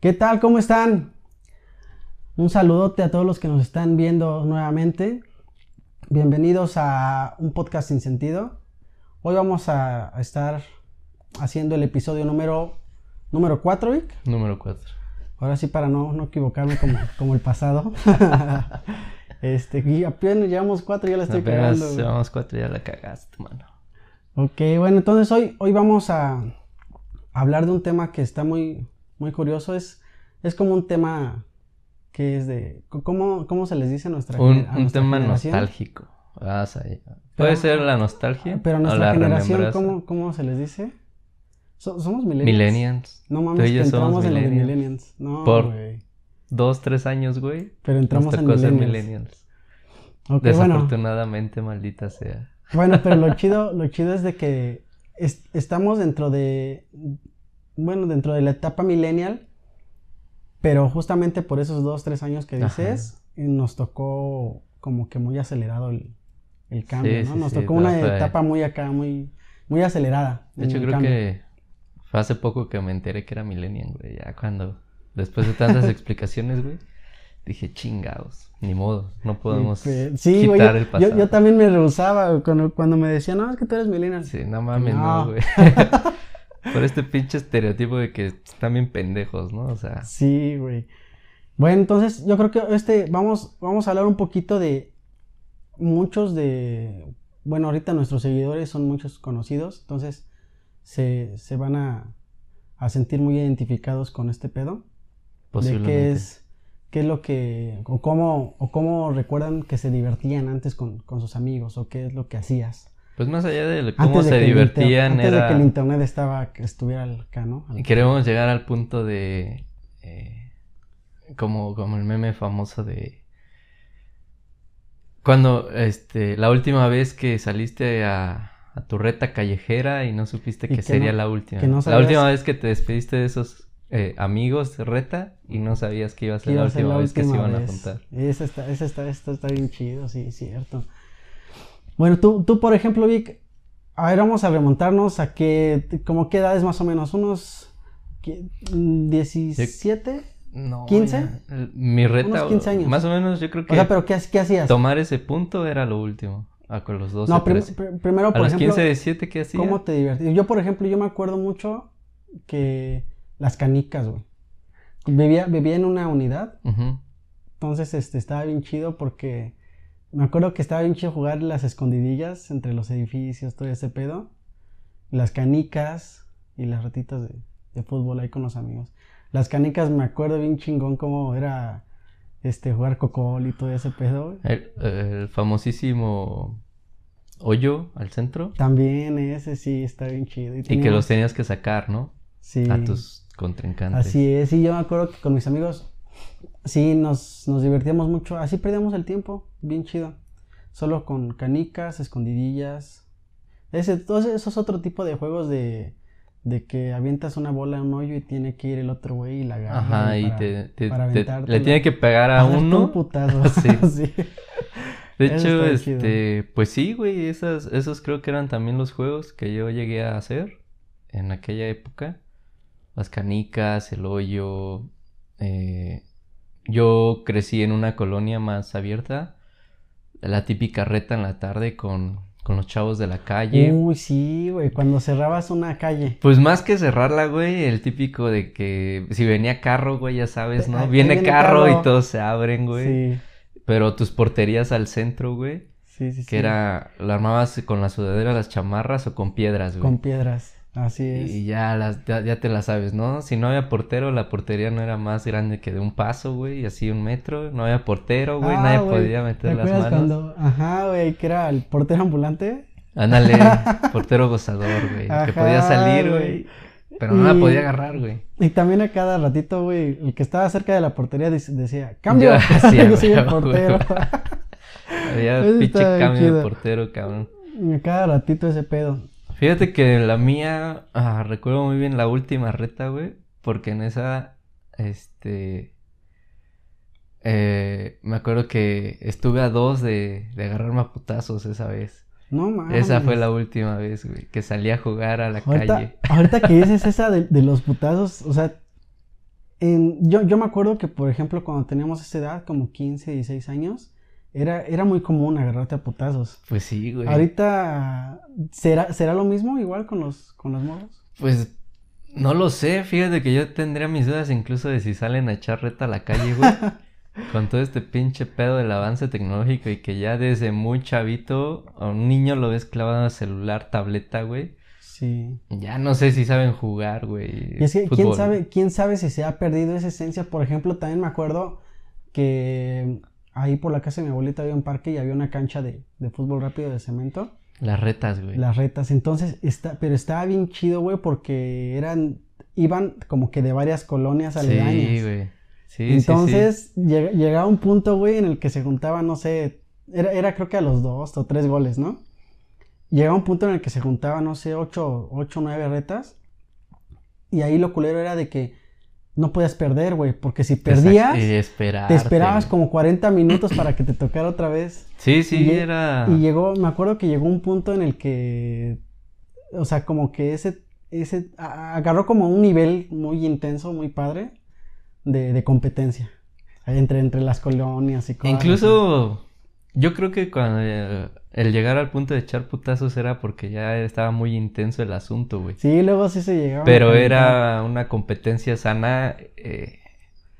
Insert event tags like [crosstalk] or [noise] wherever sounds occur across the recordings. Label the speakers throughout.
Speaker 1: ¿Qué tal? ¿Cómo están? Un saludote a todos los que nos están viendo nuevamente. Bienvenidos a un podcast sin sentido. Hoy vamos a a estar haciendo el episodio número número 4, Vic.
Speaker 2: Número 4.
Speaker 1: Ahora sí para no, no equivocarme como, como el pasado. [laughs] este, y apenas llevamos 4 ya la estoy
Speaker 2: Apenas
Speaker 1: cagando. güey.
Speaker 2: llevamos 4 ya la cagaste, mano.
Speaker 1: Ok, bueno, entonces hoy, hoy vamos a hablar de un tema que está muy, muy curioso. Es, es como un tema que es de. c- ¿Cómo, cómo se les dice a nuestra
Speaker 2: Un,
Speaker 1: gener- a
Speaker 2: un
Speaker 1: nuestra
Speaker 2: tema
Speaker 1: generación?
Speaker 2: nostálgico. Vas ahí. Puede ser la nostalgia.
Speaker 1: ah, Pero a
Speaker 2: o
Speaker 1: nuestra
Speaker 2: la
Speaker 1: generación,
Speaker 2: remembranza.
Speaker 1: ¿cómo, ¿cómo se les dice? So- somos millennials.
Speaker 2: Millennials.
Speaker 1: No mames,
Speaker 2: Tú y
Speaker 1: que
Speaker 2: yo
Speaker 1: entramos
Speaker 2: somos
Speaker 1: en los de
Speaker 2: millennials.
Speaker 1: millennials. No,
Speaker 2: Por-
Speaker 1: güey.
Speaker 2: Dos, tres años, güey.
Speaker 1: Pero entramos
Speaker 2: Nos
Speaker 1: en
Speaker 2: tocó ser
Speaker 1: millennials.
Speaker 2: millennials.
Speaker 1: Ok, bueno.
Speaker 2: Desafortunadamente, maldita sea.
Speaker 1: Bueno, pero lo chido, lo chido es de que es- estamos dentro de, bueno, dentro de la etapa millennial, pero justamente por esos dos, tres años que
Speaker 2: Ajá.
Speaker 1: dices, eh, nos tocó como que muy acelerado el, el cambio,
Speaker 2: Sí,
Speaker 1: ¿no?
Speaker 2: sí,
Speaker 1: Nos
Speaker 2: sí,
Speaker 1: tocó
Speaker 2: no,
Speaker 1: una
Speaker 2: fue-
Speaker 1: etapa muy acá, muy, muy acelerada.
Speaker 2: De
Speaker 1: en
Speaker 2: hecho,
Speaker 1: el
Speaker 2: creo
Speaker 1: Mm, cambio.
Speaker 2: que fue hace poco que me enteré que era millennial, güey. Ya cuando, después
Speaker 1: [laughs]
Speaker 2: de tantas explicaciones, güey, dije, chingados, ni modo, no podemos
Speaker 1: Este, sí, güey,
Speaker 2: quitar
Speaker 1: yo,
Speaker 2: el
Speaker 1: yo-
Speaker 2: pasado.
Speaker 1: yo también me rehusaba cuando, cuando me decían, no, es que tú eres millennial.
Speaker 2: Sí, no mames,
Speaker 1: No. [laughs]
Speaker 2: no, güey. Por este pinche estereotipo de que están bien pendejos, ¿no? O sea,
Speaker 1: Sí, güey. Bueno, entonces yo creo que este, vamos, vamos a hablar un poquito de muchos de, bueno, ahorita nuestros seguidores son muchos conocidos, entonces se, se van a, a sentir muy identificados con este pedo. De
Speaker 2: posiblemente.
Speaker 1: qué es, qué es lo que, o cómo, o cómo recuerdan que se divertían antes con, con sus amigos, o qué es lo que hacías.
Speaker 2: Pues más allá de lo- cómo
Speaker 1: antes de
Speaker 2: se
Speaker 1: que el inter-
Speaker 2: divertían,
Speaker 1: antes de
Speaker 2: era...
Speaker 1: que el internet estaba, que estuviera acá, ¿no? Al-
Speaker 2: Queremos llegar al punto de... eh, como, como el meme famoso de... Cuando, este, la última vez que saliste a, a tu reta callejera y no supiste
Speaker 1: Y
Speaker 2: que,
Speaker 1: que
Speaker 2: sería
Speaker 1: no-
Speaker 2: la última.
Speaker 1: que no
Speaker 2: la
Speaker 1: sabías-
Speaker 2: última vez que te despediste de esos eh, amigos de reta y no sabías que iba a ser la
Speaker 1: iba a ser
Speaker 2: última
Speaker 1: la
Speaker 2: vez que se
Speaker 1: última
Speaker 2: iban a
Speaker 1: vez.
Speaker 2: juntar.
Speaker 1: Ese está, ese está, este está bien chido, sí, cierto. Bueno, tú, tú por ejemplo, Vic, a ver, vamos a remontarnos a qué, como qué edades más o menos, unos ¿qué? Mm, 17,
Speaker 2: No,
Speaker 1: ¿Quince?
Speaker 2: ya. El- Mi reta.
Speaker 1: Unos quince años.
Speaker 2: Más o menos, yo creo que
Speaker 1: o sea, pero ¿qué, ha- qué hacías?
Speaker 2: tomar ese punto era lo último. A con los 12.
Speaker 1: no, prim-
Speaker 2: 13.
Speaker 1: pr- primero,
Speaker 2: a
Speaker 1: por
Speaker 2: los
Speaker 1: ejemplo,
Speaker 2: 15, 17, ¿qué hacía?
Speaker 1: ¿cómo te divertías? Yo, por ejemplo, yo me acuerdo mucho que las canicas, güey. Vivía, vivía en una unidad
Speaker 2: Ujú.
Speaker 1: Entonces, este, estaba bien chido porque me acuerdo que estaba bien chido jugar las escondidillas entre los edificios, todo ese pedo. Las canicas y las ratitas de, de fútbol ahí con los amigos. Las canicas me acuerdo bien chingón cómo era este, jugar cocol y todo ese pedo. güey.
Speaker 2: El, el famosísimo hoyo al centro.
Speaker 1: También ese sí está bien chido.
Speaker 2: Y que
Speaker 1: teníamos-
Speaker 2: los tenías que sacar, ¿no?
Speaker 1: sí.
Speaker 2: A tus contrincantes.
Speaker 1: Así es, y yo me acuerdo que con mis amigos, sí, nos, nos divertíamos mucho, así perdíamos el tiempo, bien chido. Solo con canicas, escondidillas. Ese, todos esos otro tipo de juegos de, de que avientas una bola a un hoyo y tiene que ir el otro güey y la agarra.
Speaker 2: Ajá, y
Speaker 1: para-
Speaker 2: te, te-
Speaker 1: para
Speaker 2: te-
Speaker 1: aventártela.
Speaker 2: le tiene que pegar a
Speaker 1: para darte
Speaker 2: uno.
Speaker 1: Un putazo. [laughs]
Speaker 2: [laughs] Sí.
Speaker 1: sí.
Speaker 2: De
Speaker 1: Eso
Speaker 2: hecho,
Speaker 1: está chido.
Speaker 2: este, pues sí, güey, esas, esos creo que eran también los juegos que yo llegué a hacer en aquella época. Las canicas, el hoyo. eh, yo crecí en una colonia más abierta. La típica reta en la tarde con, con los chavos de la calle.
Speaker 1: Uy, sí, güey, cuando cerrabas una calle.
Speaker 2: Pues más que cerrarla, güey, el típico de que si venía carro, güey, ya sabes, ¿no?
Speaker 1: Ahí
Speaker 2: Viene,
Speaker 1: viene
Speaker 2: carro,
Speaker 1: carro.
Speaker 2: y todos se abren, güey.
Speaker 1: Sí,
Speaker 2: Pero tus porterías al centro, güey.
Speaker 1: sí, sí.
Speaker 2: Que
Speaker 1: sí.
Speaker 2: era, la armabas con la sudadera, las chamarras o con piedras, güey.
Speaker 1: Con piedras, así es.
Speaker 2: Y ya, las, ya, ya te la sabes, ¿no? Si no había portero, la portería no era más grande que de un paso, güey, y así un metro. No había portero, güey,
Speaker 1: Ah,
Speaker 2: nadie
Speaker 1: güey,
Speaker 2: podía
Speaker 1: ¿Te
Speaker 2: meter las
Speaker 1: acuerdas cuando,
Speaker 2: manos.
Speaker 1: ajá, güey, que era el portero ambulante?
Speaker 2: Ándale,
Speaker 1: [laughs]
Speaker 2: portero gozador, güey. el Que podía
Speaker 1: Ajá,
Speaker 2: salir,
Speaker 1: güey.
Speaker 2: güey. Pero no
Speaker 1: Y-
Speaker 2: la podía agarrar, güey.
Speaker 1: Y también a cada ratito, güey, el que estaba cerca de la portería dice- decía, cambio,
Speaker 2: Ya, [laughs] sí,
Speaker 1: [laughs] Yo
Speaker 2: a
Speaker 1: soy el
Speaker 2: huevo,
Speaker 1: portero.
Speaker 2: Había
Speaker 1: Eso
Speaker 2: pinche
Speaker 1: está bien
Speaker 2: cambio
Speaker 1: chido.
Speaker 2: de portero, cabrón.
Speaker 1: Y a cada ratito ese pedo.
Speaker 2: Fíjate que la mía, ah, recuerdo muy bien la última reta, güey, porque en esa, este, eh, me acuerdo que estuve a dos de, de agarrarme a putazos esa vez.
Speaker 1: No mames.
Speaker 2: Esa fue la última vez, güey, que salí a jugar a la
Speaker 1: ahorita,
Speaker 2: calle. [laughs]
Speaker 1: ahorita que dices esa de, de los putazos, o sea, en- yo, yo me acuerdo que, por ejemplo, cuando teníamos esa edad, como 15, 16 años, era, era muy común agarrarte a putazos.
Speaker 2: Pues sí, güey.
Speaker 1: Ahorita, ¿será, ¿será lo mismo igual con los, con los morros?
Speaker 2: Pues no lo sé, fíjate que yo tendría mis dudas incluso de si salen a echar reta a la
Speaker 1: [laughs]
Speaker 2: calle, güey. con todo este pinche pedo del avance tecnológico y que ya desde muy chavito a un niño lo ves clavado a celular, tableta, güey.
Speaker 1: Sí.
Speaker 2: Ya no sé si saben jugar, güey.
Speaker 1: Y es que, ¿quién
Speaker 2: Eh, fútbol.
Speaker 1: sabe, ¿quién sabe si se ha perdido esa esencia? Por ejemplo, también me acuerdo que ahí por la casa de mi abuelita había un parque y había una cancha de, de fútbol rápido de cemento.
Speaker 2: Las retas, güey.
Speaker 1: Las retas. Entonces, está, pero estaba bien chido, güey, porque eran, iban como que de varias colonias aledañas.
Speaker 2: Sí, güey. Sí, sí,
Speaker 1: Entonces, llega- llegaba un punto, güey, en el que se juntaban, no sé, era, era creo que a los dos o tres goles, ¿no? Llegaba un punto en el que se juntaban, no sé, ocho, ocho, nueve retas. Y ahí lo culero era de que no podías perder, güey, porque si
Speaker 2: sí. Exacto,
Speaker 1: perdías,
Speaker 2: y
Speaker 1: te
Speaker 2: esperarte,
Speaker 1: esperabas
Speaker 2: güey.
Speaker 1: como 40 minutos para que te tocara otra vez.
Speaker 2: Sí, sí,
Speaker 1: y-
Speaker 2: era...
Speaker 1: Y llegó, me acuerdo que llegó un punto en el que, o sea, como que ese, ese, a- a- agarró como un nivel muy intenso, muy padre, de, de competencia. Entre, entre las colonias y cosas.
Speaker 2: Incluso yo creo que cuando eh, el, llegar al punto de echar putazos era porque ya estaba muy intenso el asunto, güey.
Speaker 1: así. Sí, luego sí se llegaba.
Speaker 2: Pero era una competencia sana eh,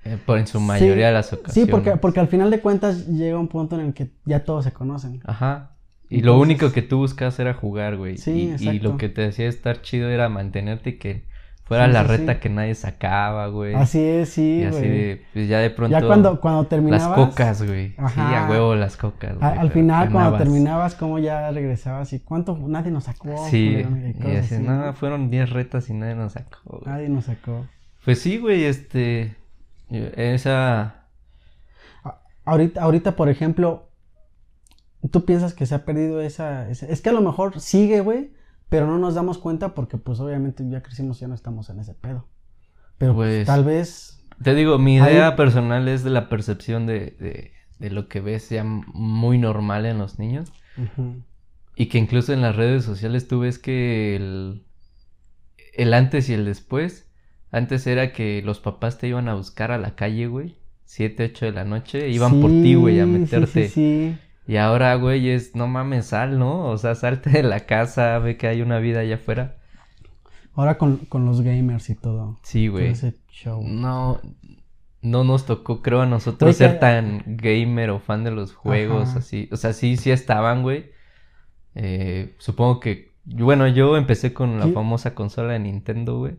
Speaker 2: eh, por en su
Speaker 1: Sí,
Speaker 2: mayoría de las
Speaker 1: Sí,
Speaker 2: ocasiones.
Speaker 1: porque, porque al final de cuentas llega un punto en el que ya todos se conocen.
Speaker 2: Ajá. Y lo
Speaker 1: Entonces-
Speaker 2: único que tú buscabas era jugar, güey.
Speaker 1: Sí,
Speaker 2: y, y
Speaker 1: exacto.
Speaker 2: lo que te hacía estar chido era mantenerte y que fuera
Speaker 1: Sí,
Speaker 2: la
Speaker 1: sí,
Speaker 2: reta
Speaker 1: sí.
Speaker 2: que nadie sacaba, güey.
Speaker 1: Así es, sí,
Speaker 2: y así
Speaker 1: güey.
Speaker 2: de, pues ya de pronto
Speaker 1: ya cuando, cuando
Speaker 2: las
Speaker 1: terminabas.
Speaker 2: cocas, güey. Sí,
Speaker 1: Ajá.
Speaker 2: a huevo las cocas,
Speaker 1: a-
Speaker 2: güey,
Speaker 1: al
Speaker 2: pero
Speaker 1: final, cuando
Speaker 2: ganabas.
Speaker 1: terminabas, como ya regresabas y cuánto, nadie nos sacó.
Speaker 2: Sí,
Speaker 1: culero,
Speaker 2: y
Speaker 1: cosas Ah.
Speaker 2: así,
Speaker 1: así,
Speaker 2: no, fueron 10 retas y nadie nos sacó. güey".
Speaker 1: Nadie nos sacó.
Speaker 2: Pues sí, güey, este. yo- Esa.
Speaker 1: Ahorita, ahorita, por ejemplo, tú piensas que se ha perdido esa, esa- Es que a lo mejor sigue, güey, pero no nos damos cuenta porque, pues, obviamente ya crecimos y ya no estamos en ese pedo. Pero pues,
Speaker 2: Pues-
Speaker 1: tal vez...
Speaker 2: Te digo, mi
Speaker 1: Ahí-
Speaker 2: idea personal es de la percepción de, de, de lo que ves ya muy normal en los niños.
Speaker 1: ujú,
Speaker 2: Y que incluso en las redes sociales tú ves que el, el antes y el después. Antes era que los papás te iban a buscar a la calle, güey. 7, 8 de la noche. Iban por ti, güey, a
Speaker 1: Sí, sí,
Speaker 2: meterte.
Speaker 1: Sí, sí,
Speaker 2: Y ahora, güey, es no mames, sal, ¿no? O sea, salte de la casa, ve que hay una vida allá afuera.
Speaker 1: Ahora con, con los gamers y todo.
Speaker 2: Sí,
Speaker 1: todo
Speaker 2: güey.
Speaker 1: ese show.
Speaker 2: No, no nos tocó, creo, a nosotros
Speaker 1: Güey,
Speaker 2: ser
Speaker 1: que-
Speaker 2: tan gamer o fan de los juegos,
Speaker 1: Ajá.
Speaker 2: así. O sea, sí, sí estaban, güey. Eh, supongo que. Bueno, yo empecé con la
Speaker 1: Sí.
Speaker 2: famosa consola de Nintendo, güey.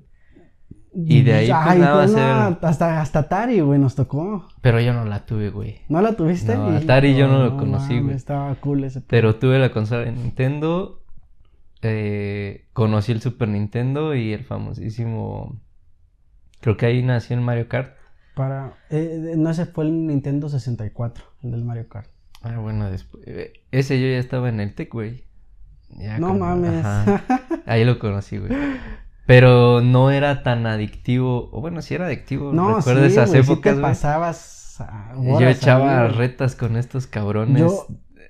Speaker 2: y de ahí, pues, nada,
Speaker 1: pues,
Speaker 2: hacer-
Speaker 1: nada, hasta, hasta Atari, güey, nos tocó.
Speaker 2: Pero yo no la tuve, güey.
Speaker 1: ¿No la tuviste?
Speaker 2: No,
Speaker 1: Hijo,
Speaker 2: Atari yo no lo conocí,
Speaker 1: mames,
Speaker 2: güey.
Speaker 1: Estaba cool ese pedo.
Speaker 2: Pero tuve la consola de Nintendo. eh, conocí el Super Nintendo y el famosísimo. Creo que ahí nació el Mario Kart.
Speaker 1: Para... eh, no, ese fue el Nintendo 64, el del Mario Kart.
Speaker 2: Ah, bueno, después. eh, Ese yo ya estaba en el Tec, güey. Ya
Speaker 1: No
Speaker 2: cuando-
Speaker 1: mames.
Speaker 2: ajá,
Speaker 1: [laughs]
Speaker 2: ahí lo conocí, güey. Pero no era tan adictivo. O bueno, sí era adictivo.
Speaker 1: no,
Speaker 2: Recuerdo
Speaker 1: sí,
Speaker 2: esas
Speaker 1: güey, sí
Speaker 2: épocas,
Speaker 1: te
Speaker 2: güey.
Speaker 1: pasabas a horas
Speaker 2: Yo
Speaker 1: ahí,
Speaker 2: echaba
Speaker 1: güey.
Speaker 2: retas con estos cabrones.
Speaker 1: Yo-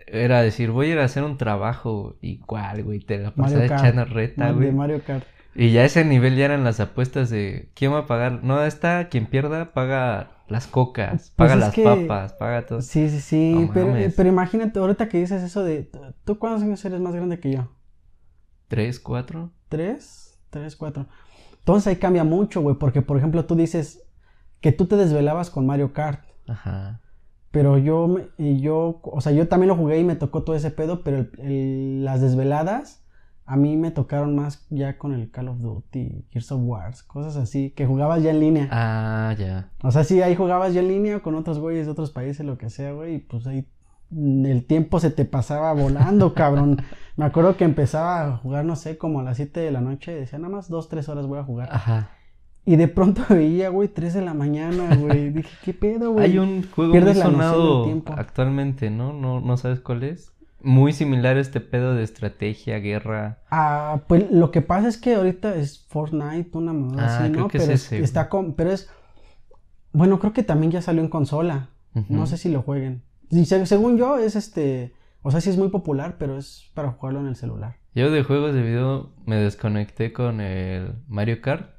Speaker 2: Era decir, voy a ir a hacer un trabajo. ¿Y cuál, güey? Te la
Speaker 1: Mario
Speaker 2: pasaba
Speaker 1: Kart,
Speaker 2: echando reta,
Speaker 1: de
Speaker 2: güey.
Speaker 1: Mario Kart.
Speaker 2: Y ya a ese nivel ya eran las apuestas de quién va a pagar. No, está quien pierda paga las cocas,
Speaker 1: Pues
Speaker 2: paga
Speaker 1: es
Speaker 2: las
Speaker 1: que-
Speaker 2: papas, paga todo.
Speaker 1: Sí, sí, sí,
Speaker 2: No
Speaker 1: pero,
Speaker 2: mames.
Speaker 1: pero imagínate ahorita que dices eso de ¿tú- ¿tú cuántos años eres más grande que yo?
Speaker 2: Tres, cuatro.
Speaker 1: ¿Tres? ¿Tres, cuatro? Entonces ahí cambia mucho, güey, porque por ejemplo tú dices que tú te desvelabas con Mario Kart,
Speaker 2: Ajá.
Speaker 1: pero yo, me- y yo, o sea, yo también lo jugué y me tocó todo ese pedo, pero el- el- las desveladas a mí me tocaron más ya con el Call of Duty, Gears of Wars, cosas así, que jugabas ya en línea.
Speaker 2: Ah, ya.
Speaker 1: O sea, sí, ahí jugabas ya en línea con otros güeyes de otros países, lo que sea, güey, y pues ahí mm, el tiempo se te pasaba
Speaker 2: [laughs]
Speaker 1: volando, cabrón. Me acuerdo que empezaba a jugar, no sé, como a las 7 de la noche, y decía, nada más 2, 3 horas voy a jugar.
Speaker 2: Ajá.
Speaker 1: Y de pronto [laughs] veía, güey, 3 de la mañana, güey. Dije, ¿qué pedo, güey?
Speaker 2: Hay un juego muy
Speaker 1: pierdes la noción del
Speaker 2: sonado
Speaker 1: tiempo.
Speaker 2: actualmente, ¿no? ¿no? No sabes cuál es. Muy similar a este pedo de estrategia, guerra.
Speaker 1: Ah, pues lo que pasa es que ahorita es Fortnite, una moda
Speaker 2: Ah,
Speaker 1: así,
Speaker 2: creo
Speaker 1: ¿no?
Speaker 2: que
Speaker 1: pero
Speaker 2: es
Speaker 1: es-
Speaker 2: ese, güey.
Speaker 1: está con, pero es, bueno, creo que también ya salió en consola. No
Speaker 2: Ujú.
Speaker 1: sé si lo jueguen. Y se- según yo, es este. O sea, sí es muy popular, pero es para jugarlo en el celular.
Speaker 2: Yo de juegos de video me desconecté con el Mario Kart.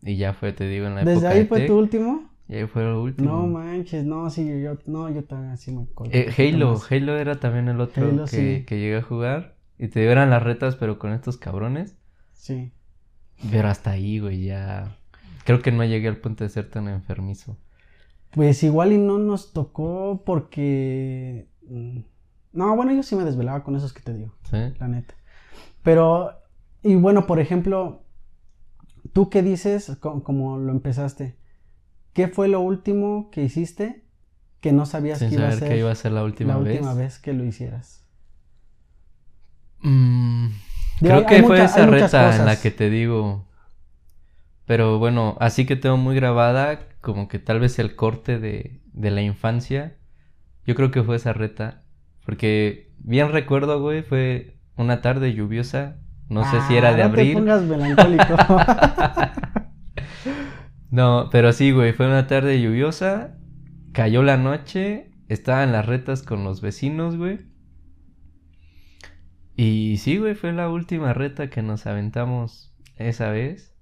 Speaker 2: Y ya fue, te digo, en la
Speaker 1: ¿Desde
Speaker 2: época
Speaker 1: ahí
Speaker 2: de
Speaker 1: fue
Speaker 2: Tec,
Speaker 1: tu último?
Speaker 2: Y ahí fue lo último.
Speaker 1: No manches, no, sí, yo, yo- no, yo también así me acuerdo.
Speaker 2: Eh, Halo,
Speaker 1: Más.
Speaker 2: Halo era también el otro
Speaker 1: Halo,
Speaker 2: que,
Speaker 1: sí.
Speaker 2: que llegué a jugar. Y te digo, eran las retas, pero con estos cabrones.
Speaker 1: Sí.
Speaker 2: Pero hasta ahí, güey, ya. Creo que no llegué al punto de ser tan enfermizo.
Speaker 1: Pues igual y no nos tocó porque... mm, No, bueno, yo sí me desvelaba con esos que te digo.
Speaker 2: ¿Sí?
Speaker 1: la neta. Pero, y bueno, por ejemplo, ¿tú qué dices co- como lo empezaste? ¿Qué fue lo último que hiciste que no sabías
Speaker 2: Sin
Speaker 1: que iba a
Speaker 2: saber
Speaker 1: ser
Speaker 2: que iba a ser la última
Speaker 1: la
Speaker 2: vez.
Speaker 1: última vez que lo hicieras?
Speaker 2: Mm,
Speaker 1: Digo,
Speaker 2: creo
Speaker 1: hay-
Speaker 2: que
Speaker 1: hay
Speaker 2: fue
Speaker 1: mucha-
Speaker 2: esa
Speaker 1: hay muchas
Speaker 2: reta en la
Speaker 1: cosas.
Speaker 2: que te digo. Pero bueno, así que tengo muy grabada, como que tal vez el corte de, de la infancia. Yo creo que fue esa reta. Porque bien recuerdo, güey, fue una tarde lluviosa. No sé si era
Speaker 1: Ah, No
Speaker 2: de abril.
Speaker 1: te pongas melancólico.
Speaker 2: [laughs] No, pero sí, güey, fue una tarde lluviosa, cayó la noche, estaba en las retas con los vecinos, güey. Y sí, güey, fue la última reta que nos aventamos esa vez.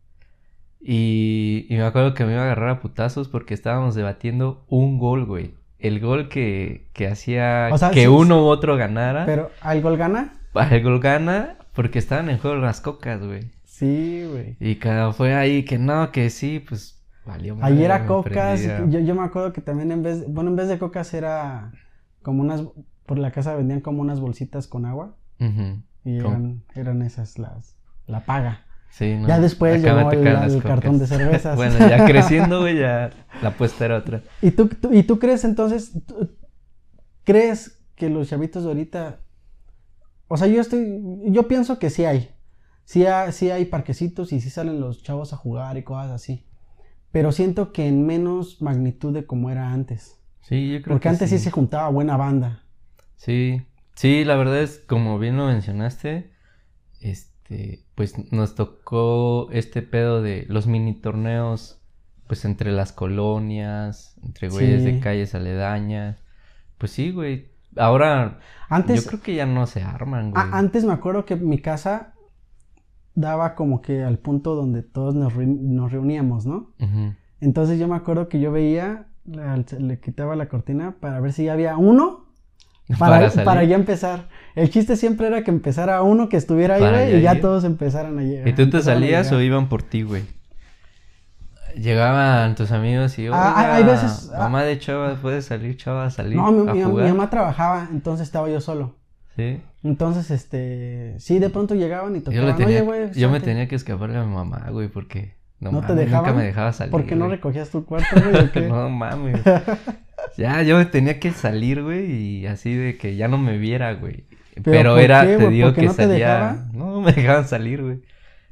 Speaker 2: Y, y me acuerdo que me iba a agarrar a putazos porque estábamos debatiendo un gol, güey. El gol que, que hacía
Speaker 1: O sea,
Speaker 2: que
Speaker 1: sí,
Speaker 2: uno u otro ganara.
Speaker 1: Pero, ¿al gol gana?
Speaker 2: Para el gol gana porque estaban en juego las cocas, güey.
Speaker 1: Sí, güey.
Speaker 2: Y cada fue ahí que no, que sí, pues valió madre,
Speaker 1: Ayer era
Speaker 2: me
Speaker 1: cocas.
Speaker 2: prendí a-
Speaker 1: Yo, yo me acuerdo que también en vez, bueno, en vez de cocas era como unas, por la casa vendían como unas bolsitas con agua
Speaker 2: Ujú,
Speaker 1: y
Speaker 2: Con-
Speaker 1: eran, eran esas las, la paga.
Speaker 2: Sí, no,
Speaker 1: Ya después
Speaker 2: acá me
Speaker 1: llegó el,
Speaker 2: tocaron las
Speaker 1: el
Speaker 2: cocas.
Speaker 1: cartón de cervezas.
Speaker 2: [laughs] bueno,
Speaker 1: [laughs]
Speaker 2: ya creciendo, güey, ya la apuesta era otra.
Speaker 1: ¿Y, tú, tú- ¿Y tú crees entonces, tú- crees que los chavitos de ahorita, o sea, yo estoy, yo pienso que sí hay, sí, ha- sí hay parquecitos y sí salen los chavos a jugar y cosas así, pero siento que en menos magnitud de como era antes,
Speaker 2: Sí, yo creo
Speaker 1: porque
Speaker 2: que
Speaker 1: antes sí.
Speaker 2: sí.
Speaker 1: se juntaba buena banda.
Speaker 2: Sí, sí, la verdad es, como bien lo mencionaste, este, pues nos tocó este pedo de los mini torneos, pues entre las colonias, entre güeyes
Speaker 1: Sí.
Speaker 2: de calles aledañas. Pues sí, güey. Ahora,
Speaker 1: Antes,
Speaker 2: yo creo que ya no se arman, güey.
Speaker 1: a- antes me acuerdo que mi casa daba como que al punto donde todos nos, reu- nos reuníamos, ¿no?
Speaker 2: Ujú.
Speaker 1: Entonces yo me acuerdo que yo veía, le, alza- le quitaba la cortina para ver si ya había uno [laughs] para,
Speaker 2: salir.
Speaker 1: para ya empezar. El chiste siempre era que empezara uno que estuviera ahí,
Speaker 2: Para
Speaker 1: güey,
Speaker 2: ya
Speaker 1: y ya
Speaker 2: ir.
Speaker 1: todos empezaran a llegar.
Speaker 2: ¿Y tú te
Speaker 1: empezaron a
Speaker 2: salías o
Speaker 1: llegar.
Speaker 2: iban por ti, güey? Llegaban tus amigos y,
Speaker 1: Ah, hay- hay
Speaker 2: "Oiga,
Speaker 1: veces- ah.
Speaker 2: mamá de chava, puede salir chava a salir
Speaker 1: No, mi,
Speaker 2: a
Speaker 1: mi- mi
Speaker 2: jugar?
Speaker 1: mamá trabajaba, entonces estaba yo solo.
Speaker 2: Sí.
Speaker 1: Entonces, este, sí, de pronto llegaban y
Speaker 2: Yo, le
Speaker 1: tocaban,
Speaker 2: tenía,
Speaker 1: oye, güey,
Speaker 2: yo me
Speaker 1: salte".
Speaker 2: tenía que escaparle a mi mamá, güey, porque no,
Speaker 1: ¿No te
Speaker 2: mames, nunca
Speaker 1: dejaban?
Speaker 2: me dejaba salir.
Speaker 1: ¿Por qué no
Speaker 2: güey.
Speaker 1: recogías tu cuarto, güey?
Speaker 2: [laughs]
Speaker 1: o qué? [laughs]
Speaker 2: no mames. ya, yo me tenía que salir, güey, y así de que ya no me viera, güey. Pero,
Speaker 1: por
Speaker 2: era,
Speaker 1: qué,
Speaker 2: te
Speaker 1: güey?
Speaker 2: digo
Speaker 1: ¿Porque
Speaker 2: que
Speaker 1: no te
Speaker 2: salía.
Speaker 1: dejaban?
Speaker 2: No, [laughs] no me dejaban salir, güey.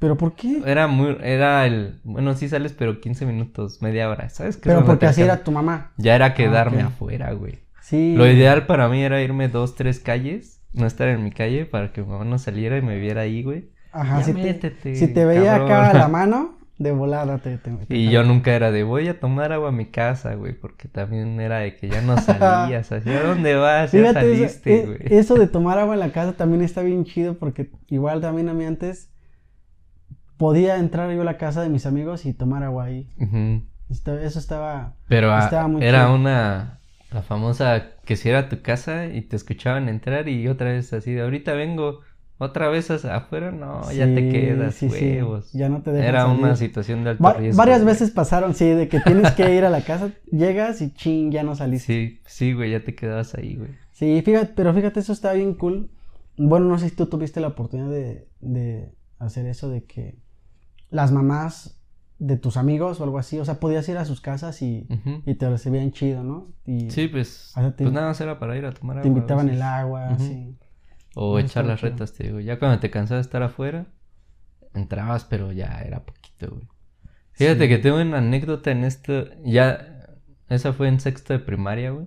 Speaker 1: ¿Pero por qué?
Speaker 2: Era muy, era el, bueno, sí sales, pero 15 minutos, media hora, ¿sabes? Que
Speaker 1: Pero
Speaker 2: eso no
Speaker 1: porque
Speaker 2: te
Speaker 1: así
Speaker 2: alcanza.
Speaker 1: era tu mamá.
Speaker 2: Ya era quedarme
Speaker 1: ok.
Speaker 2: afuera, güey.
Speaker 1: Sí.
Speaker 2: Lo ideal para mí era irme dos, tres calles, no estar en mi calle para que mi mamá no saliera y me viera ahí, güey.
Speaker 1: Ajá,
Speaker 2: Ya
Speaker 1: si te,
Speaker 2: métete,
Speaker 1: si te veía acá a
Speaker 2: [laughs] cabrón.
Speaker 1: la mano, de volada te... te- te
Speaker 2: Y yo nunca era de voy a tomar agua a mi casa, güey, porque también era de que
Speaker 1: [laughs]
Speaker 2: ya no salías, así, ¿a dónde vas? Ya
Speaker 1: Fíjate, eso-
Speaker 2: saliste,
Speaker 1: e-
Speaker 2: güey.
Speaker 1: eso de tomar agua en la casa también está bien chido porque igual también a mí antes podía entrar yo a la casa de mis amigos y tomar agua ahí.
Speaker 2: Ujú.
Speaker 1: Esto- Eso estaba...
Speaker 2: Pero ah,
Speaker 1: Estaba muy
Speaker 2: era
Speaker 1: chido.
Speaker 2: una, la famosa que si era tu casa y te escuchaban entrar y otra vez así de ahorita vengo, otra vez as- afuera, no, ya te
Speaker 1: Sí,
Speaker 2: quedas,
Speaker 1: sí, sí,
Speaker 2: huevos.
Speaker 1: Ya no te dejan
Speaker 2: Era
Speaker 1: salir.
Speaker 2: una situación de alto
Speaker 1: Va-
Speaker 2: riesgo.
Speaker 1: varias
Speaker 2: güey.
Speaker 1: veces pasaron, sí, de que tienes que ir a la casa, llegas y ching, ya no saliste.
Speaker 2: Sí, sí, güey, ya te quedabas ahí, güey.
Speaker 1: Sí, fíjate, pero fíjate, eso está bien cool. Bueno, no sé si tú tuviste la oportunidad de, de hacer eso de que las mamás de tus amigos o algo así, o sea, podías ir a sus casas y,
Speaker 2: Ujú.
Speaker 1: y te recibían chido, ¿no? Y
Speaker 2: Sí, pues,
Speaker 1: O sea, te-
Speaker 2: pues nada más era para ir a tomar
Speaker 1: te
Speaker 2: agua. a
Speaker 1: invitaban
Speaker 2: veces.
Speaker 1: el agua,
Speaker 2: Ujú.
Speaker 1: sí.
Speaker 2: O
Speaker 1: Eso
Speaker 2: echar
Speaker 1: Ah, estaba
Speaker 2: las
Speaker 1: chido.
Speaker 2: retas, te digo. Ya cuando te cansabas de estar afuera, entrabas, pero ya era poquito, güey. Fíjate
Speaker 1: Sí.
Speaker 2: que tengo una anécdota en esto. Ya, esa fue en sexto de primaria, güey.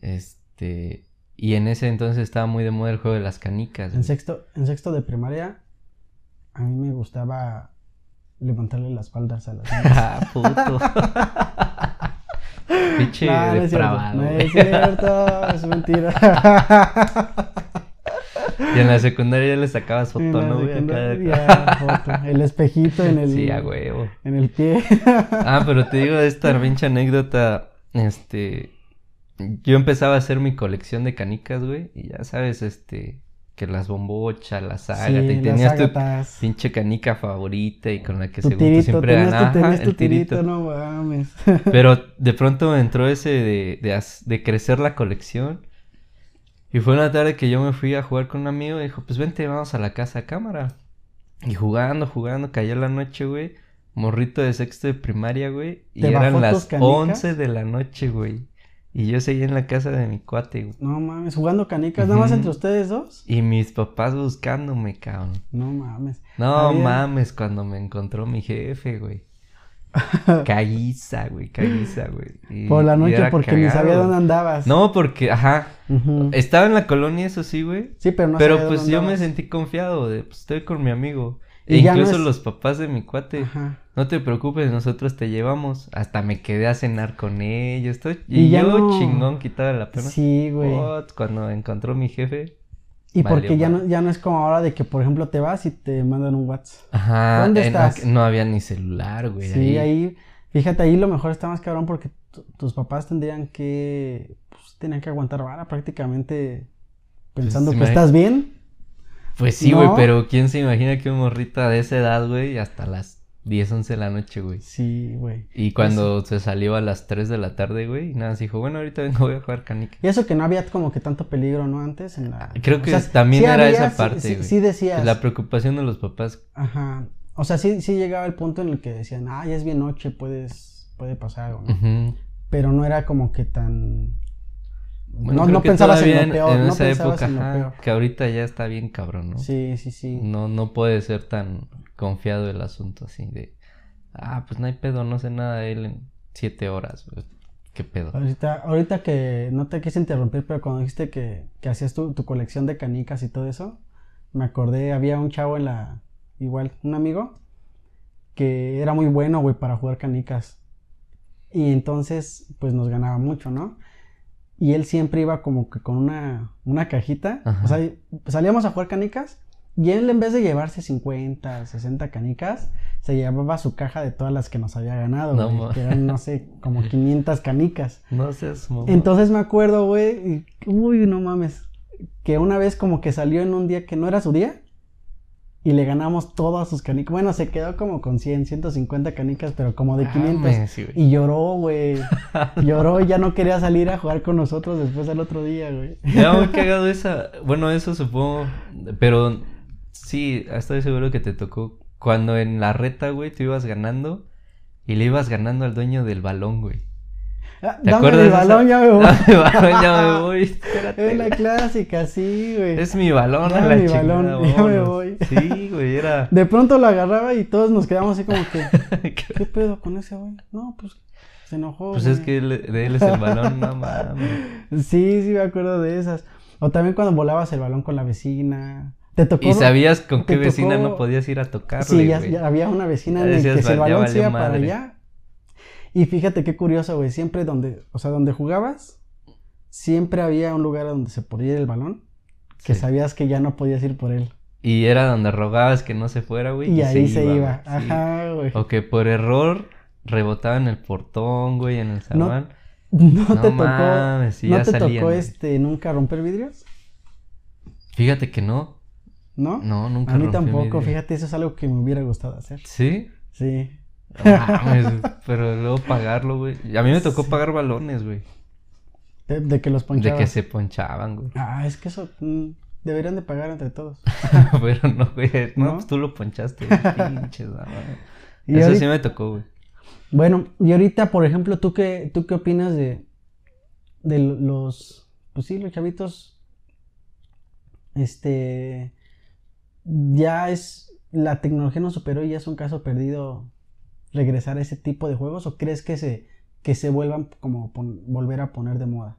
Speaker 2: Este. Y en ese entonces estaba muy de moda el juego de las canicas.
Speaker 1: En
Speaker 2: güey.
Speaker 1: sexto, en sexto de primaria, a mí me gustaba levantarle las faldas a las niñas.
Speaker 2: [laughs] ah, puto.
Speaker 1: [laughs]
Speaker 2: Pinche
Speaker 1: No, no es cierto,
Speaker 2: depravado,
Speaker 1: no
Speaker 2: güey.
Speaker 1: es cierto, es mentira.
Speaker 2: [laughs] Y en la secundaria ya le sacabas foto,
Speaker 1: En la
Speaker 2: ¿no, güey? Acá-
Speaker 1: secundaria, ya, foto. El espejito en el,
Speaker 2: Sí, a huevo.
Speaker 1: en el
Speaker 2: [laughs]
Speaker 1: pie.
Speaker 2: Ah, pero te digo esta
Speaker 1: [laughs]
Speaker 2: pinche anécdota. Este. Yo empezaba a hacer mi colección de canicas, güey. Y ya sabes, este. Que las bombochas, las ágatas.
Speaker 1: Sí,
Speaker 2: y
Speaker 1: las
Speaker 2: tenías tu
Speaker 1: ágatas.
Speaker 2: pinche canica favorita y con la que
Speaker 1: Tu
Speaker 2: según tú
Speaker 1: tirito,
Speaker 2: siempre
Speaker 1: tenías tu-
Speaker 2: ganaba. Ajá,
Speaker 1: tenías tu
Speaker 2: el tirito.
Speaker 1: tirito, no mames. [laughs]
Speaker 2: Pero de pronto me entró ese de, de, haz- de crecer la colección. Y fue una tarde que yo me fui a jugar con un amigo y dijo, pues vente, vamos a la casa a cámara. Y jugando, jugando, cayó la noche, güey. Morrito de sexto de primaria, güey. Y
Speaker 1: ¿Te bajó
Speaker 2: eran
Speaker 1: tus
Speaker 2: las
Speaker 1: canicas?
Speaker 2: 11 de la noche, güey. Y yo seguía en la casa de mi cuate, güey.
Speaker 1: No mames, jugando canicas, nada más
Speaker 2: Ujú.
Speaker 1: entre ustedes dos.
Speaker 2: Y mis papás buscándome, cabrón.
Speaker 1: No mames.
Speaker 2: No
Speaker 1: Había-
Speaker 2: mames, cuando me encontró mi jefe,
Speaker 1: [laughs]
Speaker 2: güey. Caguiza, güey, caguiza, güey. Y-
Speaker 1: Por la
Speaker 2: y
Speaker 1: noche,
Speaker 2: era
Speaker 1: porque ni
Speaker 2: cagado,
Speaker 1: sabía
Speaker 2: güey.
Speaker 1: dónde andabas.
Speaker 2: No, porque, ajá,
Speaker 1: Ujú.
Speaker 2: estaba en la colonia, eso sí, güey.
Speaker 1: Sí, pero no
Speaker 2: pero
Speaker 1: sabía
Speaker 2: pues
Speaker 1: dónde
Speaker 2: yo me
Speaker 1: andabas.
Speaker 2: sentí confiado, de, pues estoy con mi amigo.
Speaker 1: Y
Speaker 2: E
Speaker 1: ya no
Speaker 2: incluso
Speaker 1: es-
Speaker 2: los papás de mi cuate,
Speaker 1: Ajá.
Speaker 2: no te preocupes, nosotros te llevamos. Hasta me quedé a cenar con ellos. todo-
Speaker 1: Y
Speaker 2: Y,
Speaker 1: ya
Speaker 2: yo
Speaker 1: no-
Speaker 2: chingón quitaba la pena.
Speaker 1: Sí, güey.
Speaker 2: Ot, cuando encontró mi jefe.
Speaker 1: y
Speaker 2: Oh, valió
Speaker 1: porque ya
Speaker 2: madre.
Speaker 1: no, ya no es como ahora de que, por ejemplo, te vas y te mandan un WhatsApp.
Speaker 2: Ajá.
Speaker 1: ¿Dónde
Speaker 2: en la
Speaker 1: estás?
Speaker 2: que No había ni celular, güey.
Speaker 1: Sí,
Speaker 2: ahí.
Speaker 1: ahí, fíjate, ahí lo mejor está más cabrón porque tu- tus papás tendrían que, pues, tenían que aguantar vara prácticamente pensando
Speaker 2: Pues,
Speaker 1: que
Speaker 2: imagi-
Speaker 1: estás bien.
Speaker 2: Pues sí, güey,
Speaker 1: No.
Speaker 2: pero ¿quién se imagina que un morrita de esa edad, güey, hasta las 10, 11 de la noche, güey?
Speaker 1: Sí, güey.
Speaker 2: Y cuando
Speaker 1: Pues
Speaker 2: se salió a las 3 de la tarde, güey, y nada, se dijo, bueno, ahorita vengo, voy a jugar canica.
Speaker 1: Y eso que no había como que tanto peligro, ¿no? Antes en la...
Speaker 2: Ah, Creo que también era esa
Speaker 1: sí-
Speaker 2: parte,
Speaker 1: Sí,
Speaker 2: güey.
Speaker 1: sí decías.
Speaker 2: La preocupación de los papás.
Speaker 1: Ajá. O sea, sí, sí llegaba el punto en el que decían, ah, ya es bien noche, puedes, puede pasar algo, ¿no?
Speaker 2: Ujú.
Speaker 1: Pero no era como que tan...
Speaker 2: Bueno,
Speaker 1: no
Speaker 2: creo
Speaker 1: no
Speaker 2: que
Speaker 1: pensabas en
Speaker 2: todavía
Speaker 1: lo peor,
Speaker 2: en
Speaker 1: no
Speaker 2: esa
Speaker 1: pensabas
Speaker 2: época,
Speaker 1: en lo
Speaker 2: ajá, Mm.
Speaker 1: peor.
Speaker 2: que ahorita ya está bien cabrón, ¿no?
Speaker 1: Sí, sí, sí.
Speaker 2: No, no puede ser tan confiado el asunto así de, ah, pues no hay pedo, no sé nada de él en 7 horas, güey. ¿Qué pedo?
Speaker 1: Ahorita, ahorita que no te quise interrumpir, pero cuando dijiste que, que hacías tu, tu colección de canicas y todo eso, me acordé, había un chavo en la, igual, un amigo, que era muy bueno, güey, para jugar canicas. Y entonces, pues nos ganaba mucho, ¿no? Y él siempre iba como que con una, una cajita.
Speaker 2: Ajá.
Speaker 1: O sea, salíamos a jugar canicas y él en vez de llevarse 50, 60 canicas, se llevaba su caja de todas las que nos había ganado,
Speaker 2: No
Speaker 1: güey,
Speaker 2: ma-
Speaker 1: que eran, no sé, como 500 canicas.
Speaker 2: No seas mamón.
Speaker 1: Entonces me acuerdo, güey, y- uy, no mames, que una vez como que salió en un día que no era su día y le ganamos todas sus canicas. Bueno, se quedó como con 100, 150 canicas, pero como de 500.
Speaker 2: Mames, sí, Ah, güey.
Speaker 1: Y lloró,
Speaker 2: [laughs]
Speaker 1: güey. Lloró y ya no quería salir a jugar con nosotros después del otro día, güey.
Speaker 2: Ya muy cagado esa. Bueno, eso supongo. Pero sí, estoy seguro que te tocó. Cuando en la reta, güey, tú ibas ganando. Y le ibas ganando al dueño del balón, güey. [laughs]
Speaker 1: Ah,
Speaker 2: ¿Te
Speaker 1: Dame
Speaker 2: acuerdas
Speaker 1: el
Speaker 2: de esa?
Speaker 1: balón, ya me
Speaker 2: [laughs]
Speaker 1: voy.
Speaker 2: Dame el balón, ya me voy. Espérate,
Speaker 1: Es la
Speaker 2: güey.
Speaker 1: clásica, sí, güey.
Speaker 2: Es mi balón, a
Speaker 1: Dame
Speaker 2: la
Speaker 1: mi
Speaker 2: chingada,
Speaker 1: balón, ya me
Speaker 2: vámonos.
Speaker 1: voy.
Speaker 2: Sí, güey, era.
Speaker 1: [laughs] De pronto lo agarraba y todos nos quedamos así como que, ¿qué pedo con ese güey? No, pues se enojó.
Speaker 2: Pues
Speaker 1: güey.
Speaker 2: es que él- de él es el balón, no mames.
Speaker 1: Sí, sí, me acuerdo de esas. O también cuando volabas el balón con la vecina. ¿Te tocó?
Speaker 2: Y sabías con
Speaker 1: te
Speaker 2: qué vecina
Speaker 1: tocó-
Speaker 2: no podías ir a tocarle,
Speaker 1: Sí, ya,
Speaker 2: güey.
Speaker 1: ya había una vecina
Speaker 2: Ya
Speaker 1: en la
Speaker 2: decías,
Speaker 1: que si el
Speaker 2: "Va- ya
Speaker 1: balón se
Speaker 2: valió
Speaker 1: iba para
Speaker 2: madre".
Speaker 1: allá. Y fíjate qué curioso, güey. Siempre donde, o sea, donde jugabas, siempre había un lugar a donde se podía ir el balón que
Speaker 2: Sí.
Speaker 1: sabías que ya no podías ir por él.
Speaker 2: Y era donde rogabas que no se fuera, güey.
Speaker 1: Y, ahí se iba.
Speaker 2: güey, sí.
Speaker 1: Ajá, güey.
Speaker 2: O que por error rebotaba en el portón, güey, en el
Speaker 1: No,
Speaker 2: salón.
Speaker 1: [laughs] No
Speaker 2: No,
Speaker 1: te tocó.
Speaker 2: mames, sí,
Speaker 1: ¿No
Speaker 2: ya
Speaker 1: te
Speaker 2: salían,
Speaker 1: tocó
Speaker 2: güey.
Speaker 1: este nunca romper vidrios?
Speaker 2: Fíjate que no.
Speaker 1: ¿No?
Speaker 2: No, nunca
Speaker 1: a mí
Speaker 2: rompí
Speaker 1: tampoco,
Speaker 2: vidrio.
Speaker 1: fíjate, eso es algo que me hubiera gustado hacer. [laughs]
Speaker 2: ¿Sí?
Speaker 1: Sí.
Speaker 2: No mames, pero luego pagarlo, güey. A mí me tocó
Speaker 1: Sí.
Speaker 2: pagar balones, güey.
Speaker 1: De, de que los
Speaker 2: De
Speaker 1: ponchabas.
Speaker 2: que se ponchaban, güey. [laughs]
Speaker 1: Ah, es que eso mm, deberían de pagar entre todos.
Speaker 2: pero no, güey. No,
Speaker 1: ¿No?
Speaker 2: pues tú lo
Speaker 1: [laughs]
Speaker 2: ponchaste, güey. Pinches, no, mames.
Speaker 1: Y
Speaker 2: Eso
Speaker 1: ahorita-
Speaker 2: sí me tocó, güey.
Speaker 1: Bueno, y ahorita, por ejemplo, ¿tú qué, tú qué opinas de, de lo- los, pues sí, los chavitos, este, ya es, la tecnología nos superó y ya es un caso perdido regresar a ese tipo de juegos o crees que se, que se vuelvan como pon- volver a poner de moda?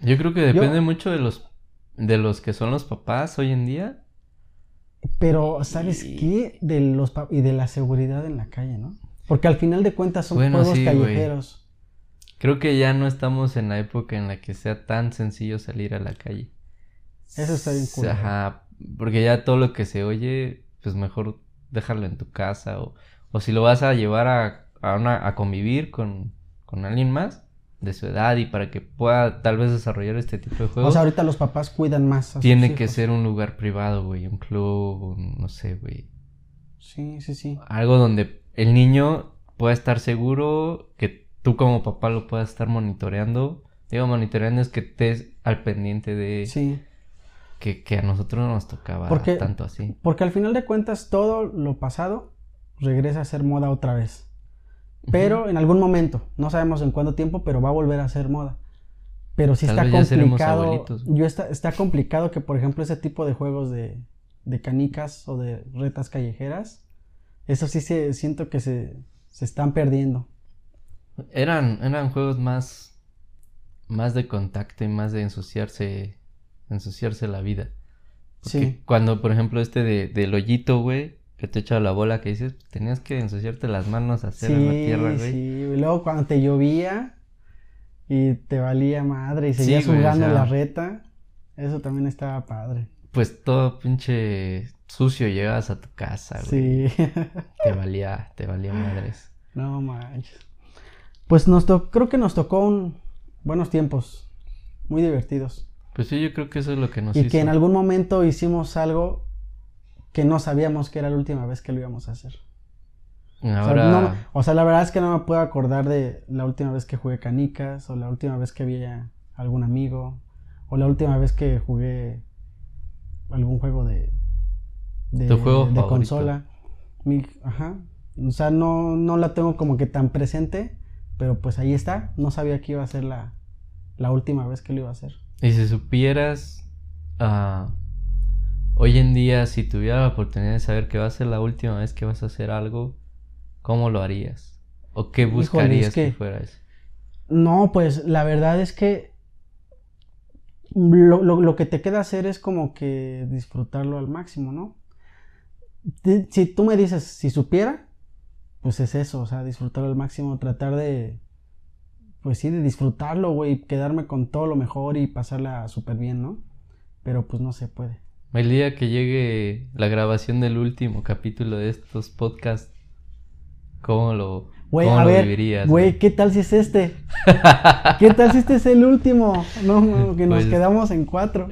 Speaker 2: Yo creo que depende mucho de los, de los que son los papás hoy en día.
Speaker 1: Pero, ¿sabes
Speaker 2: Y-
Speaker 1: qué? De los pa- y de la seguridad en la calle, ¿no? Porque al final de cuentas son
Speaker 2: Bueno,
Speaker 1: juegos
Speaker 2: sí, güey.
Speaker 1: callejeros.
Speaker 2: Creo que ya no estamos en la época en la que sea tan sencillo salir a la calle.
Speaker 1: Eso está bien
Speaker 2: S- Ajá. Porque ya todo lo que se oye, pues mejor déjalo en tu casa. O, o si lo vas a llevar a, a, una, a convivir con, con alguien más de su edad y para que pueda tal vez desarrollar este tipo de juegos.
Speaker 1: O sea, ahorita los papás cuidan más. a sus
Speaker 2: tiene que
Speaker 1: hijos.
Speaker 2: ser un lugar privado, güey. Un club, un- no sé, güey.
Speaker 1: Sí, sí, sí.
Speaker 2: Algo donde el niño pueda estar seguro, que tú como papá lo puedas estar monitoreando. Digo, monitoreando es que estés al pendiente de
Speaker 1: Sí.
Speaker 2: que, que a nosotros no nos tocaba
Speaker 1: Porque-
Speaker 2: tanto así.
Speaker 1: Porque al final de cuentas todo lo pasado regresa a ser moda otra vez. Pero en algún momento, no sabemos en cuánto tiempo, pero va a volver a ser moda. Pero sí
Speaker 2: Tal
Speaker 1: está
Speaker 2: vez ya seremos
Speaker 1: complicado.
Speaker 2: abuelitos.
Speaker 1: Yo está, está complicado que, por ejemplo, ese tipo de juegos de, de canicas o de retas callejeras, eso sí se, siento que se, se están perdiendo.
Speaker 2: Ujú. Eran, eran juegos más, más de contacto y más de ensuciarse, ensuciarse la vida. Porque
Speaker 1: Sí.
Speaker 2: Cuando, por ejemplo, este de, del hoyito, güey, que te echaba la bola, que dices, tenías que ensuciarte las manos, hacer en la
Speaker 1: Sí,
Speaker 2: tierra, güey.
Speaker 1: sí. Y luego cuando te llovía y te valía madre y
Speaker 2: Sí,
Speaker 1: seguías
Speaker 2: güey, o
Speaker 1: jugando
Speaker 2: sea.
Speaker 1: la reta, eso también estaba padre.
Speaker 2: Pues todo pinche sucio llegabas a tu casa, güey.
Speaker 1: Sí.
Speaker 2: Te valía, te valía madres.
Speaker 1: [laughs] No manches. Pues nos to- creo que nos tocó un buenos tiempos, muy divertidos.
Speaker 2: Pues sí, yo creo que eso es lo que nos
Speaker 1: y
Speaker 2: hizo.
Speaker 1: que en algún momento hicimos algo que no sabíamos que era la última vez que lo íbamos a hacer. O sea,
Speaker 2: Ahora,
Speaker 1: no- o sea, la verdad es que no me puedo acordar de la última vez que jugué canicas, o la última vez que vi a algún amigo, o la última vez que jugué algún juego de, de,
Speaker 2: Tu juego
Speaker 1: de
Speaker 2: favorito.
Speaker 1: consola. Mi- ajá. O sea, no, no la tengo como que tan presente, pero pues ahí está. No sabía que iba a ser la, la última vez que lo iba a hacer.
Speaker 2: y si supieras, ah, hoy en día, si tuviera la oportunidad de saber que va a ser la última vez que vas a hacer algo, ¿cómo lo harías? ¿O qué
Speaker 1: Híjole, es
Speaker 2: buscarías que...
Speaker 1: que-
Speaker 2: fuera eso?
Speaker 1: No, pues la verdad es que lo, lo- lo que te queda hacer es como que disfrutarlo al máximo, ¿no? Ti- Si tú me dices, si supiera, pues es eso, o sea, disfrutarlo al máximo, tratar de, pues sí, de disfrutarlo, güey, quedarme con todo lo mejor y pasarla súper bien, ¿no? Pero pues no se puede.
Speaker 2: El día que llegue la grabación del último capítulo de estos podcasts, ¿cómo lo,
Speaker 1: Güey,
Speaker 2: cómo
Speaker 1: a
Speaker 2: lo
Speaker 1: ver,
Speaker 2: vivirías?
Speaker 1: güey, ¿qué tal si es
Speaker 2: [laughs]
Speaker 1: este? ¿Qué tal si este es el último? No, no, que nos
Speaker 2: Pues-
Speaker 1: quedamos en cuatro.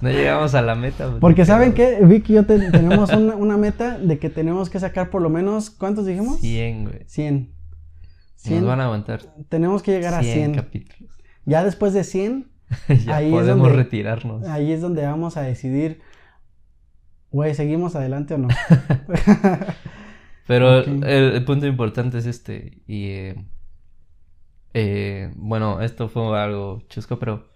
Speaker 2: No llegamos a la meta. pues,
Speaker 1: Porque
Speaker 2: ni
Speaker 1: saben
Speaker 2: pedo.
Speaker 1: que Vic y yo te- tenemos una, una meta de que tenemos que sacar por lo menos, ¿cuántos dijimos?
Speaker 2: 100, güey.
Speaker 1: 100.
Speaker 2: Nos
Speaker 1: 100.
Speaker 2: van a aguantar
Speaker 1: Tenemos que llegar
Speaker 2: 100
Speaker 1: a 100.
Speaker 2: capítulos.
Speaker 1: Ya después de 100,
Speaker 2: [laughs] ya
Speaker 1: Ahí es
Speaker 2: podemos
Speaker 1: donde-
Speaker 2: retirarnos.
Speaker 1: ahí es donde vamos a decidir, güey, ¿seguimos adelante o
Speaker 2: [laughs]
Speaker 1: no?
Speaker 2: Pero
Speaker 1: Ok.
Speaker 2: el, el punto importante es este. Y eh, eh, bueno, esto fue algo chusco, pero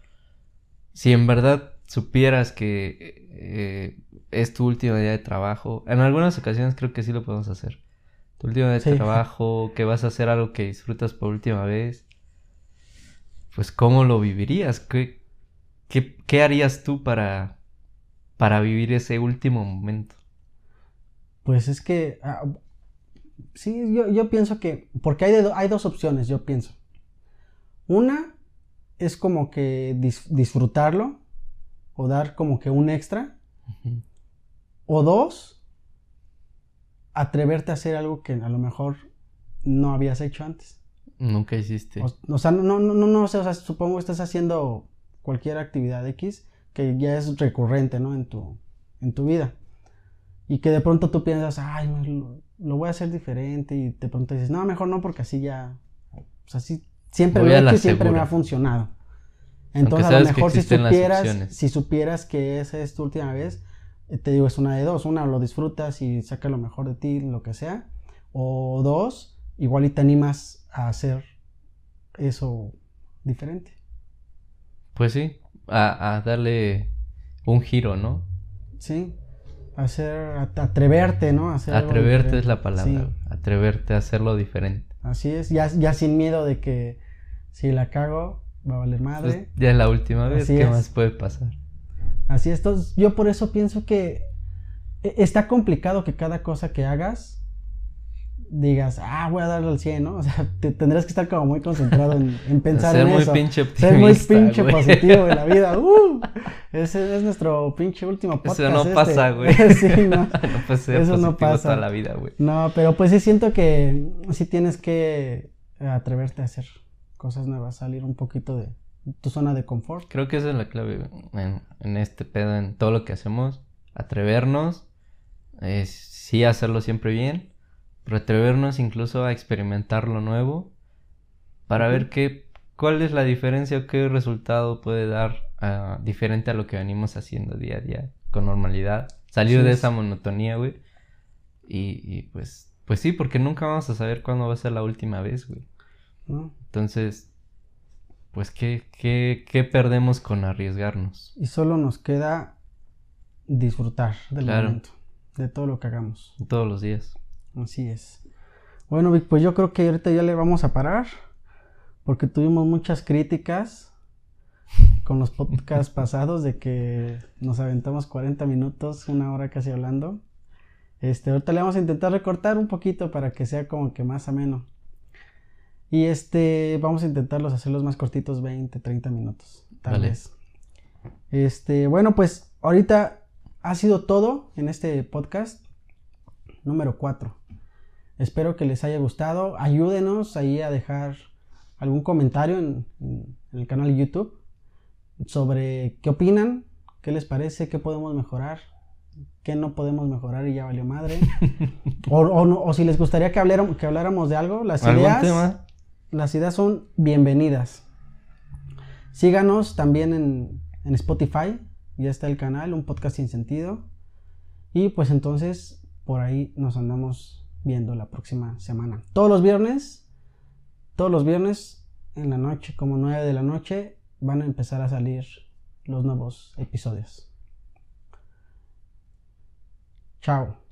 Speaker 2: si en verdad supieras que eh, es tu último día de trabajo, en algunas ocasiones creo que sí lo podemos hacer. Tu último día de
Speaker 1: Sí.
Speaker 2: trabajo, que vas a hacer algo que disfrutas por última vez, pues ¿cómo lo vivirías? ¿Qué, qué, qué harías tú para, para vivir ese último momento?
Speaker 1: Pues es que, ah, sí, yo, yo pienso que, porque hay, de do- hay dos opciones, yo pienso. Una es como que dis- disfrutarlo o dar como que un extra.
Speaker 2: Ujú.
Speaker 1: O dos, atreverte a hacer algo que a lo mejor no habías hecho antes.
Speaker 2: Nunca hiciste.
Speaker 1: O, o sea, no, no, no, no sé, o sea, supongo que estás haciendo cualquier actividad X que ya es recurrente, ¿no? En tu, en tu vida. Y que de pronto tú piensas, ay, me- lo, lo voy a hacer diferente. Y de pronto dices, no, mejor no, porque así ya. O sea, así siempre
Speaker 2: Voy
Speaker 1: lo
Speaker 2: a
Speaker 1: he
Speaker 2: la
Speaker 1: hecho y siempre me
Speaker 2: segura.
Speaker 1: ha funcionado. Entonces, a lo
Speaker 2: sabes que
Speaker 1: mejor si
Speaker 2: existen las
Speaker 1: supieras,
Speaker 2: opciones.
Speaker 1: si supieras que esa es tu última vez, eh, te digo, es una de dos. Una, lo disfrutas y saca lo mejor de ti, lo que sea. O dos, igual y te animas a hacer eso diferente.
Speaker 2: Pues sí, a, a darle un giro, ¿no?
Speaker 1: ¿Sí? Hacer, at- atreverte, ¿no? Hacer algo
Speaker 2: Atreverte es
Speaker 1: diferente.
Speaker 2: la palabra,
Speaker 1: Sí,
Speaker 2: güey. atreverte a hacerlo diferente.
Speaker 1: así es. Ya, ya sin miedo de que si la cago, va a valer madre.
Speaker 2: Pues ya es la última vez,
Speaker 1: Así
Speaker 2: ¿qué
Speaker 1: es.
Speaker 2: más puede pasar?
Speaker 1: Así es, entonces, yo por eso pienso que e- está complicado que cada cosa que hagas digas, ah, voy a darle al 100, ¿no? O sea, te, tendrás que estar como muy concentrado en,
Speaker 2: [laughs]
Speaker 1: en pensar
Speaker 2: Ser
Speaker 1: en
Speaker 2: muy
Speaker 1: eso.
Speaker 2: pinche
Speaker 1: Ser muy
Speaker 2: optimista,
Speaker 1: pinche
Speaker 2: güey.
Speaker 1: positivo en la vida. ¡Uh! Ese es nuestro pinche último podcast.
Speaker 2: [laughs] Eso no
Speaker 1: este.
Speaker 2: pasa,
Speaker 1: [laughs]
Speaker 2: güey.
Speaker 1: sí, no.
Speaker 2: [laughs] No puede ser
Speaker 1: Eso no
Speaker 2: positivo
Speaker 1: pasa.
Speaker 2: toda la vida, güey.
Speaker 1: No, pero pues sí siento que sí tienes que atreverte a hacer cosas nuevas, salir un poquito de tu zona de confort.
Speaker 2: Creo que esa es la clave en, en este pedo, en todo lo que hacemos. Atrevernos, eh, sí hacerlo siempre bien, pero atrevernos incluso a experimentar lo nuevo para
Speaker 1: Ujú.
Speaker 2: ver qué, cuál es la diferencia o qué resultado puede dar ah, diferente a lo que venimos haciendo día a día con normalidad. Salir
Speaker 1: Así
Speaker 2: de
Speaker 1: es.
Speaker 2: esa monotonía, güey. Y, y pues, pues sí, porque nunca vamos a saber cuándo va a ser la última vez, güey.
Speaker 1: ¿no?
Speaker 2: Entonces, pues, ¿qué, qué, qué perdemos con arriesgarnos?
Speaker 1: Y solo nos queda disfrutar del
Speaker 2: Claro.
Speaker 1: momento, de todo lo que hagamos.
Speaker 2: Todos los días.
Speaker 1: Así es. Bueno, Vic, pues yo creo que ahorita ya le vamos a parar, porque tuvimos muchas críticas con los podcasts pasados de que nos aventamos 40 minutos, una hora casi hablando. Este, ahorita le vamos a intentar recortar un poquito para que sea como que más ameno. Y este, vamos a intentarlos hacerlos más cortitos, 20, 30 minutos, tal
Speaker 2: Vale.
Speaker 1: vez. Este, bueno, pues ahorita ha sido todo en este podcast número 4. Espero que les haya gustado. Ayúdenos ahí a dejar algún comentario en, en el canal de YouTube sobre qué opinan, qué les parece, qué podemos mejorar, qué no podemos mejorar y ya valió
Speaker 2: [laughs]
Speaker 1: madre. o, o no- o si les gustaría que habláramos, que habláramos de algo, las
Speaker 2: ¿Algún
Speaker 1: ideas,
Speaker 2: tema?
Speaker 1: las ideas son bienvenidas. Síganos también en, en Spotify, ya está el canal, un podcast sin sentido. Y pues entonces por ahí nos andamos viendo la próxima semana. Todos los viernes, todos los viernes en la noche, como 9 de la noche, van a empezar a salir los nuevos episodios. Chao.